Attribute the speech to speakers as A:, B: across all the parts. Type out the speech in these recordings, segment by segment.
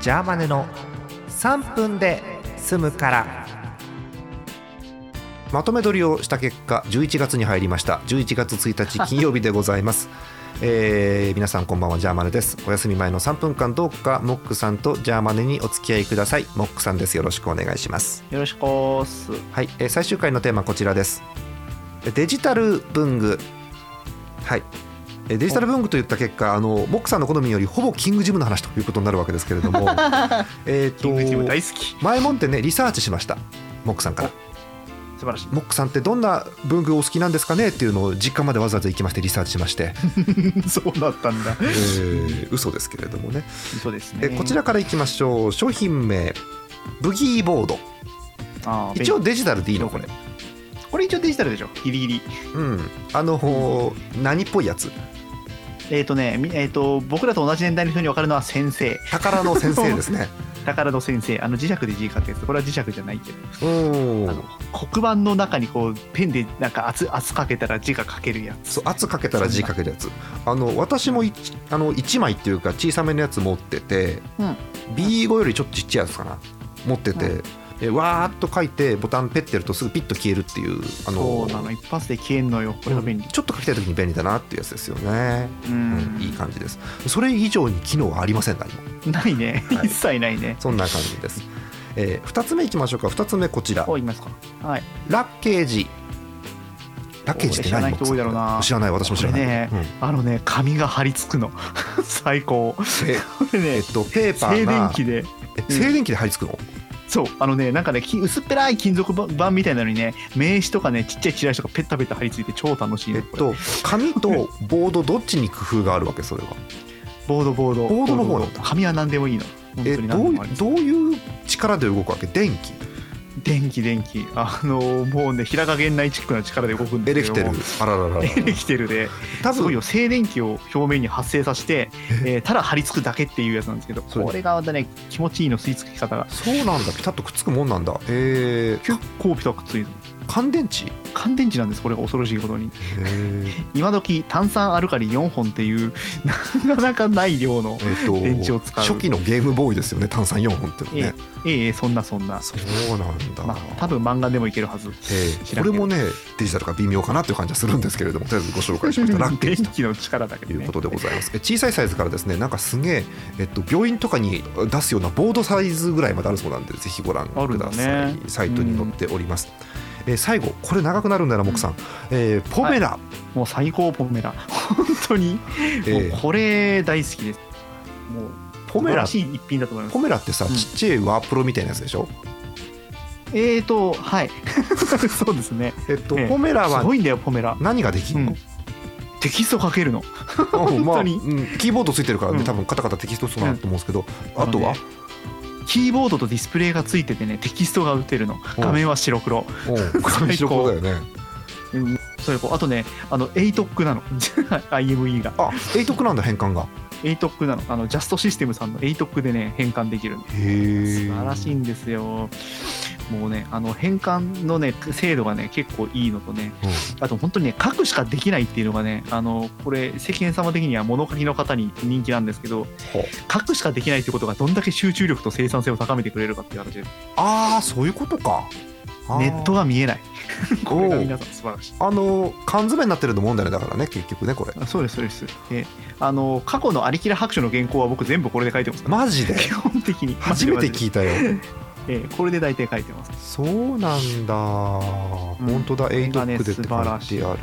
A: ジャーマネの3分で済むから
B: まとめ撮りをした結果11月に入りました11月1日金曜日でございます えー皆さんこんばんはジャーマネですお休み前の3分間どうかモックさんとジャーマネにお付き合いくださいモックさんですよろしくお願いします
C: よろしくおっす。
B: はい、えー最終回のテーマこちらですデジタル文具はいえーデジタル文具といった結果あのモックさんの好みよりほぼキングジムの話ということになるわけですけれど もえー
C: キングジム大
B: と
C: 好き。
B: 前もってねリサーチしましたモックさんから
C: 素晴らしい。
B: モックさんってどんな文具お好きなんですかねっていうのを実家までわざわざ行きましてリサーチしま して、
C: そうだったんだ
B: え。ー、嘘ですけれどもね
C: そうですね
B: え。こちらからいきましょう商品名ブギーボード
C: あー
B: 一応、デジタルでいいのこれ
C: これ一応デジタルでしょ。ギリギリ。
B: うんあの何っぽいやつ
C: えっ、とね、みえっ、と僕らと同じ年代の人に分かるのは先生。
B: 宝の先生です ね。
C: 宝の先生。あの磁石で字書くやつ。これは磁石じゃないけど。
B: う
C: あ
B: ん
C: の。黒板の中にこうペンでなんか圧圧かけたら字が書けるやつ。
B: そう圧かけたら字かけるやつあの私もいあの1枚っていうか小さめのやつ持ってて、
C: うん
B: B5 よりちょっとちっちゃいやつかな持ってて、えわーっと書いてボタンペッてやるとすぐピッと消えるっていうあ
C: そ
B: の
C: うなの。一発で消えんのよ。これが便利。
B: ちょっと書きたい時に便利だなっていうやつですよね、
C: う
B: うん
C: ん。
B: いい感じですそれ以上に機能はありません何も
C: ないね。
B: はい
C: 一切ないね。
B: そんな感じです、え2つ目いきましょうか2つ目こちら
C: こう言いますか。はい。
B: ラッケージラッケージって何
C: お知らない人多いだろうな
B: 知らない私も知らない、
C: これね
B: うん
C: あのね、紙が張り付くの。 最高。
B: え
C: これ
B: え
C: ね
B: っ、とペーパー
C: 静電
B: が
C: 気で。
B: え静電気で張り付くの、
C: そう、あのね、なんかね、き薄っぺらい金属板みたいなのにね、名刺とかね、ちっちゃいチラシとかペッタペタ貼り付いて超楽しい
B: え
C: の
B: っ
C: これ
B: と紙とボードどっちに工夫があるわけそれは
C: ボードボード。
B: ボードの方なんだ
C: ボ紙は何でもいいの。本
B: え
C: 当に何
B: ど
C: で
B: う
C: もあります
B: どういう力で動くわけ電気
C: 電気、電気。あの、もうね、平賀源内チックな力で動くんで
B: エ
C: す
B: レキ
C: け
B: テル
C: ども。
B: あらららら
C: エレキテルで、
B: 多
C: すご
B: 分
C: いよ、静電気を表面に発生させて、えーただ貼り付くだけっていうやつなんですけど、
B: それ
C: これがまたね、気持ちいいの、吸い付き方が。
B: そうなんだピタッとくっつくもんなんだえー
C: 結構ピタッとくっついてる
B: 乾電池
C: 乾電池なんです、これが恐ろしいことに。
B: え ー
C: 今時炭酸アルカリ4本っていうなかなかない量の
B: えっと
C: 電池を使う
B: 初期のゲームボーイですよね炭酸4本ってのね
C: ええええそんなそんな
B: そうなんだ、
C: まあ多分漫画でもいけるはず
B: えー
C: 知らん
B: こ
C: けど
B: れもねデジタルが微妙かなという感じはするんですけれどもとりあえずご紹介しま したラッケー
C: 電
B: ジと
C: 気の力だ
B: と
C: けで
B: いう
C: ね
B: ことでございます。え小さいサイズからですね、なんかすげえ、えっと、病院とかに出すようなボードサイズぐらいまであるそうなんで、ぜひご覧
C: ある
B: く
C: んだ
B: だ
C: ね
B: さい。サイトに載っております。えー最後、これ長くなるんだな、木さん。えーポメラ、
C: もう最高ポメラ本当に、
B: えー
C: もうこれ大好きですもう
B: ポメラ
C: 素晴らしい一品だと思います
B: ポメラってさ、
C: うん
B: ちっちゃいワープロみたいなやつでしょ。
C: えーとはい そうですね
B: えっと、
C: ええ
B: ポメラ
C: す
B: は
C: ごいんだよポメラ
B: 何ができ
C: う
B: る
C: ん
B: の、
C: テキストかけるの
B: まあ
C: 当
B: うん
C: に
B: キーボードついてるからね、
C: うん
B: 多分カタカタテキストそうだなと思うんですけど、あとは、
C: のねキーボードとディスプレイがついててねテキストが打てるの画面は白黒
B: うん紙白黒だよね。
C: それこうあとねあの ATOC なの IME が
B: あ、エイトクなんだ変換が。
C: ATOC なのあのジャストシステムさんの ATOC でね変換できるんで
B: へえ。
C: 素晴らしいんですよもうねあの変換のね精度がね結構いいのとね
B: うん
C: あと本当にね書くしかできないっていうのがねあのこれ世間様的には物書きの方に人気なんですけど
B: ほう
C: 書くしかできないってことがどんだけ集中力と生産性を高めてくれるかっていう話です
B: ああそういうことかあー
C: ネットが見 えないこれが
B: おう
C: 皆さん素晴らしい
B: あの缶詰になってるのもんだよねだからね結局ねこれ
C: あそうですそうですであの過去のありきら白書の原稿は僕全部これで書いてますから
B: マジで
C: 基本的に
B: 初めて
C: い
B: 聞いたよ
C: ええこれで大体書いてます
B: そうなんだ、本当だエイトックでって
C: こ
B: 書
C: れが
B: い
C: ね
B: てある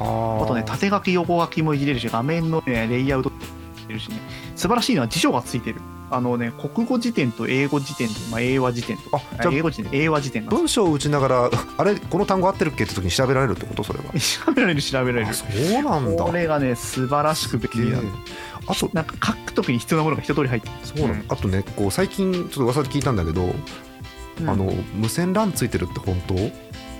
B: あ
C: あとね縦書き横書きもいじれるし画面の、ね、レイアウトもいじれるしね素晴らしいのは辞書がついてるあのね国語辞典と英語辞典と、まあ、英和辞典と
B: あじゃ
C: あ英語辞典英和辞典
B: あ
C: が
B: 文章を打ちながら あれこの単語合ってるっけって時に調べられるってことそれは
C: 調べられる調べられ
B: あ
C: る
B: そうなんだ
C: これがね素晴らしく便利な
B: すげえあと
C: なんか書くときに必要なものが一通り入って
B: そうなんだ
C: う
B: あとねこう最近ちょっと噂で聞いたんだけど、
C: る
B: あの無線 LAN ついてるって本当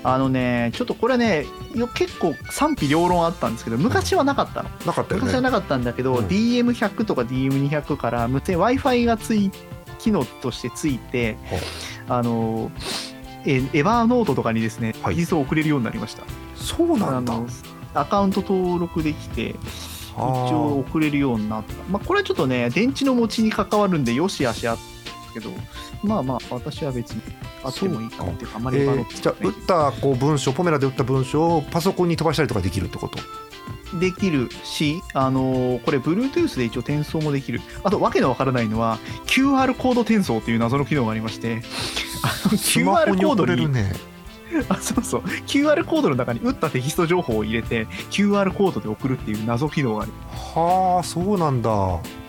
C: あのねちょっとこれはねよ結構賛否両論あったんですけど昔はなかったの
B: なかったよ
C: 昔は
B: ね
C: なかったんだけど、
B: うん
C: DM100 とか DM200 から無線 w i f i がつい機能としてついて、あのえエバーノートとかにですね、
B: はい
C: 技術を送れるようになりました
B: そうな
C: あ
B: んだ
C: のアカウント登録できて
B: 一
C: 一応送れるようになった、まあ、これはちょっとね電池の持ちに関わるんでよしあしあったけどまあまあ私は別にあってもいいかもっていうかあまり
B: え
C: 今の
B: ーじゃあ打ったこう文章ポメラで打った文章をパソコンに飛ばしたりとかできるってこと
C: できるし、あのーこれ Bluetooth で一応転送もできるあとわけのわからないのは QR コード転送っていう謎の機能がありまして あの
B: スマホ
C: QR
B: に
C: コード
B: 送れる
C: に
B: ね
C: あそうそう QR コードの中に打ったテキスト情報を入れて QR コードで送るっていう謎機能がある
B: はあそうなんだ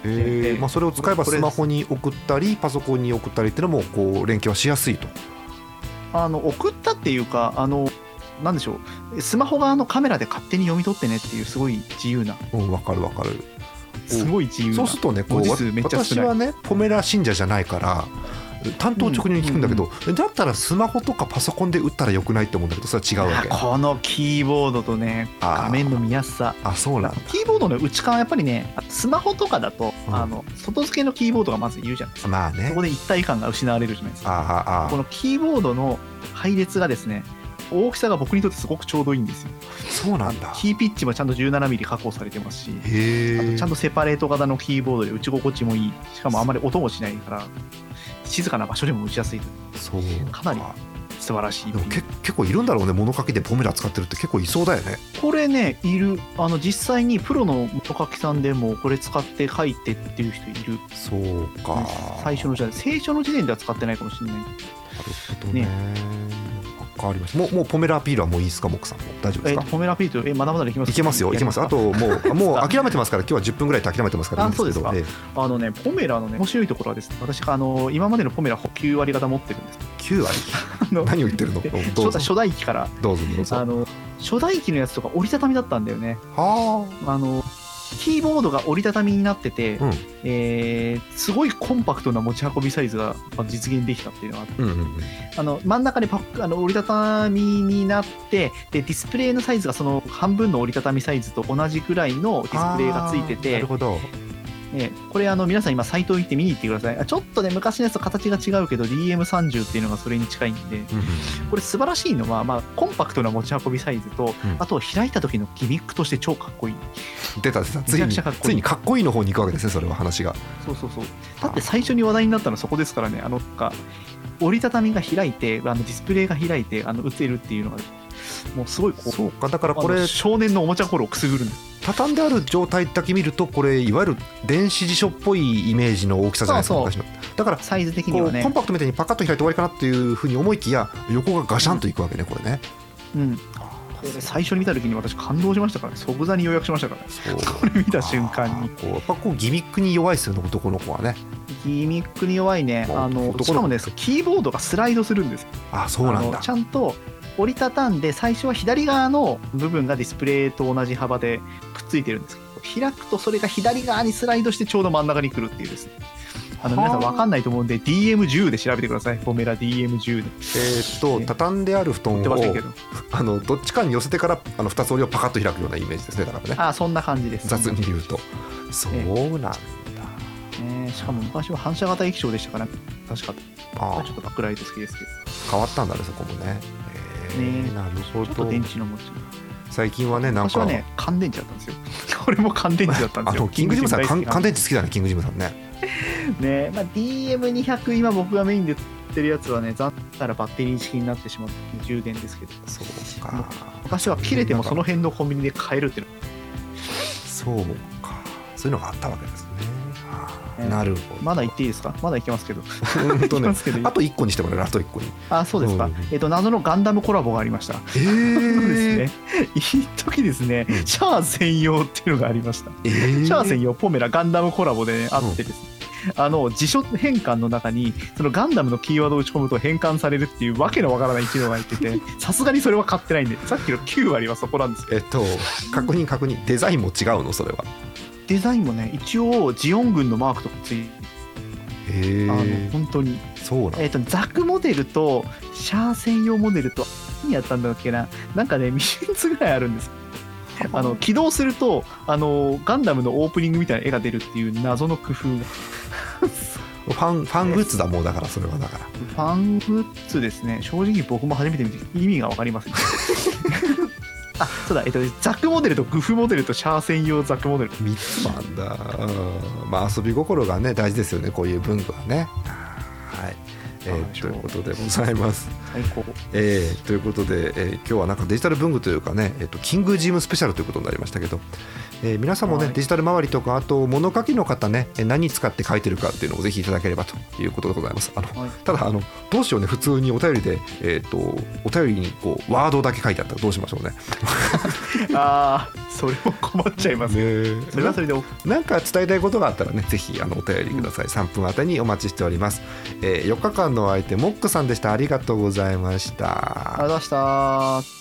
B: え
C: え
B: ー
C: ー
B: まあ、それを使えば
C: これ
B: スマホに送ったりパソコンに送ったりっていうのもこう連携はしやすいと
C: あの送ったっていうかあのなんでしょうスマホ側のカメラで勝手に読み取ってねっていうすごい自由な
B: うんわかるわかる
C: すごい自由な
B: そうするとねこ
C: 文
B: う
C: 字
B: わ
C: 数めっちゃ少
B: 私
C: ない
B: はねポメラ信者じゃないから担当直入に聞くんだけど、だったらスマホとかパソコンで打ったらよくないって思うんだけどそれは違うわけ
C: あこのキーボードとね
B: あー
C: 画面の見やすさ
B: あそうなんだ
C: キーボードの内側はやっぱりねスマホとかだと、
B: うん
C: あの外付けのキーボードがまずいるじゃないですか
B: まあ
C: そ
B: ね
C: こで一体感が失われるじゃないです
B: あ
C: か
B: ああ
C: このキーボードの配列がですね大きさが僕にとってすごくちょうどいいんですよ
B: そうなんだ
C: キーピッチもちゃんと 17mm 確保されてますし
B: へ
C: あと
B: え
C: ちゃんとセパレート型のキーボードで打ち心地もいいしかもあまり音もしないから静かな場所でも打ちやすい
B: そう
C: かなり素晴らしい
B: でも結結構いるんだろうね物書きでポメラ使ってるって結構いそうだよね
C: これねいるあの実際にプロの元書きさんでもこれ使って書いてっていう人いる
B: そうか
C: 最初の時代聖書の時点では使ってないかもしれない
B: なるほどねわかりましたもうもうポメラアピールはもういいですかモックさんも大丈夫です
C: えっ
B: か
C: と、ポメラフィートえまだまだできます
B: いけますよいけますあともう もう諦めてますから今日は10分ぐらいって諦めてますからいいんですけど
C: あそうあのねポメラのね面白いところはですね私あの今までのポメラ9割方持ってるんです
B: 9割
C: あの
B: 何を言ってるの
C: で
B: どう
C: 初
B: ぞ
C: 代初代機から
B: どうぞどうぞ
C: あの初代機のやつとか折りたたみだったんだよね
B: は
C: あのキーボードが折りたたみになってて、
B: うん
C: えーすごいコンパクトな持ち運びサイズがまあ実現できたっていうのがあって
B: あうんうんうん
C: あの真ん中でパックあの折りたたみになってでディスプレイのサイズがその半分の折りたたみサイズと同じぐらいのディスプレイがつい
B: あー
C: て
B: な
C: て
B: る、ほど
C: ね、これあの皆さん今サイト行って見に行ってくださいあちょっとね昔のやつと形が違うけど DM30 っていうのがそれに近いんで
B: うんうん
C: これ素晴らしいのは、まあ、コンパクトな持ち運びサイズと、
B: うん
C: あと開いた時のギミックとして超かっこいい
B: 出た出たつ
C: めち
B: い
C: ゃく
B: に
C: ちゃかっこいい
B: ついにかっこいいの方に行くわけですねそれは話が
C: そうそうそうだって最初に話題になったのそこですからねあのなんか折りたたみが開いてあのディスプレイが開いてあの打てるっていうのがもうすごいこう
B: そうかだからこ
C: こ
B: れ
C: れ少年のおもちゃ心をくすぐるんです
B: 畳んである状態だけ見るとこれいわゆる電子辞書っぽいイメージの大きさじゃないですか
C: そう
B: 昔のだから
C: サイズ的に
B: こ
C: は
B: うコン
C: ね
B: パクトみたいにパカッと開いて終わりかなっていうふうに思いきや横がガシャンといくわけねこれね
C: うん最初に見た時に私感動しましたからね即座に予約しましたからね
B: そう
C: こ れ見た瞬間に
B: こうやっぱこうギミックに弱いですよね男の子はね
C: ギミックに弱いね
B: もう
C: あの
B: 男の子
C: しかもねキーボードがスライドするんです
B: あそうなん
C: あの
B: だ
C: ちゃんと折りたたんで最初は左側の部分がディスプレイと同じ幅でくっついてるんですけど開くとそれが左側にスライドしてちょうど真ん中に来るっていうですねあの
B: はあ
C: 皆さん分かんないと思うんで DM10 で調べてくださいポメラ DM10
B: え
C: で
B: ーっと畳んである布団
C: 言ってません
B: を
C: けど
B: あのどっちかに寄せてからあの2つ折りをパカッと開くようなイメージですねだからね
C: ああそんな感じです
B: 雑に言うとそうなんだ
C: ねしかも昔は反射型液晶でしたから確か
B: あ
C: ちょっとバックライト好きですけど
B: 変わったんだねそこもねえー
C: ね
B: なるほ
C: ちょっと
B: ど
C: 電池の持ち
B: 最近はねなん
C: 私
B: か
C: はね乾電池だったんですよ 俺も乾電池だったんで
B: あ
C: す
B: の
C: よ
B: キングジムさん
C: 大好
B: 乾
C: き
B: 乾電池好きだねキングジムさんね
C: ねまあ、DM200 今僕がメインで使ってるやつはね残念ながらバッテリー式になってしまって充電ですけど
B: そうか
C: 昔は切れてもその辺のコンビニで買えるっていうの
B: そうかそういうのがあったわけですねあー
C: ね
B: なるほど
C: まだ言っていいですかまだいけますけど
B: うん
C: い
B: と
C: け
B: ね
C: ますけど
B: あと1個にしてもらえるあと1個に
C: あ そうですか、
B: うん
C: えっと謎のガンダムコラボがありました、
B: え
C: そうです
B: ー
C: ね一時ですね
B: うん
C: シャア専用っていうのがありました
B: えー
C: シャア専用ポメラガンダムコラボで、ね、あってですね、あの辞書変換の中にそのガンダムのキーワードを打ち込むと変換されるっていうわけのわからない機能が入って てさすがにそれは買ってないんでさっきの9割はそこなんですけど
B: えっと確認確認デザインも違うのそれは
C: デザインもね一応ジオン軍のマークとかついて
B: へ
C: あ
B: え
C: の本当に、
B: そうなんだ
C: えっとザクモデルとシャア専用モデルと何やったんだっけななんかね3つぐらいあるんですあの起動するとあのガンダムのオープニングみたいな絵が出るっていう謎の工夫が
B: ファンファングッズだもうだからそれはだから
C: フ ァングッズですね、正直僕も初めて見て意味が分かりません。あそうだ、えっと、ザクモデルとグフモデルとシャア専用ザクモデル。
B: 3つもあんだ、うんまあ、遊び心がね大事ですよねこういう文具はねはい、えー
C: はい
B: ということでございます、
C: 最高。
B: えーということで、えー今日はなんかデジタル文具というかね、えー、とキングジムスペシャルということになりましたけど、えー皆さんもね、
C: はい
B: デジタル周りとかあと物書きの方ねえー何使って書いてるかっていうのをぜひいただければということでございますあの
C: はい
B: ただあのどうしようね普通にお便りで、えー、とお便りにこうワードだけ書いてあったらどうしましょうね
C: ああ、それも困っちゃいますね。
B: ね
C: それはそれで OK
B: なんか伝えたいことがあったらね、ぜひあのお便りください。3分あたりにお待ちしております。えー、4日間のお相手、モックさんでした。ありがとうございました。
C: ありがとうございました。